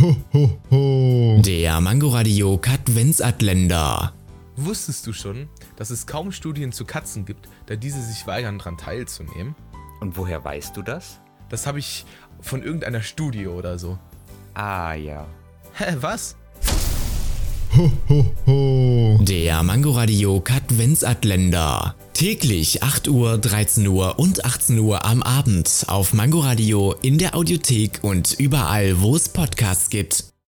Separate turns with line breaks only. Ho, ho, ho.
Der Mangoradio Katwensatländer.
Wusstest du schon, dass es kaum Studien zu Katzen gibt, da diese sich weigern, daran teilzunehmen?
Und woher weißt du das?
Das habe ich von irgendeiner Studie oder so.
Ah ja.
Hä, was?
Ho, ho, ho.
Der Mangoradio Katwensatländer. Täglich 8 Uhr, 13 Uhr und 18 Uhr am Abend auf Mangoradio in der Audiothek und überall, wo es Podcasts gibt.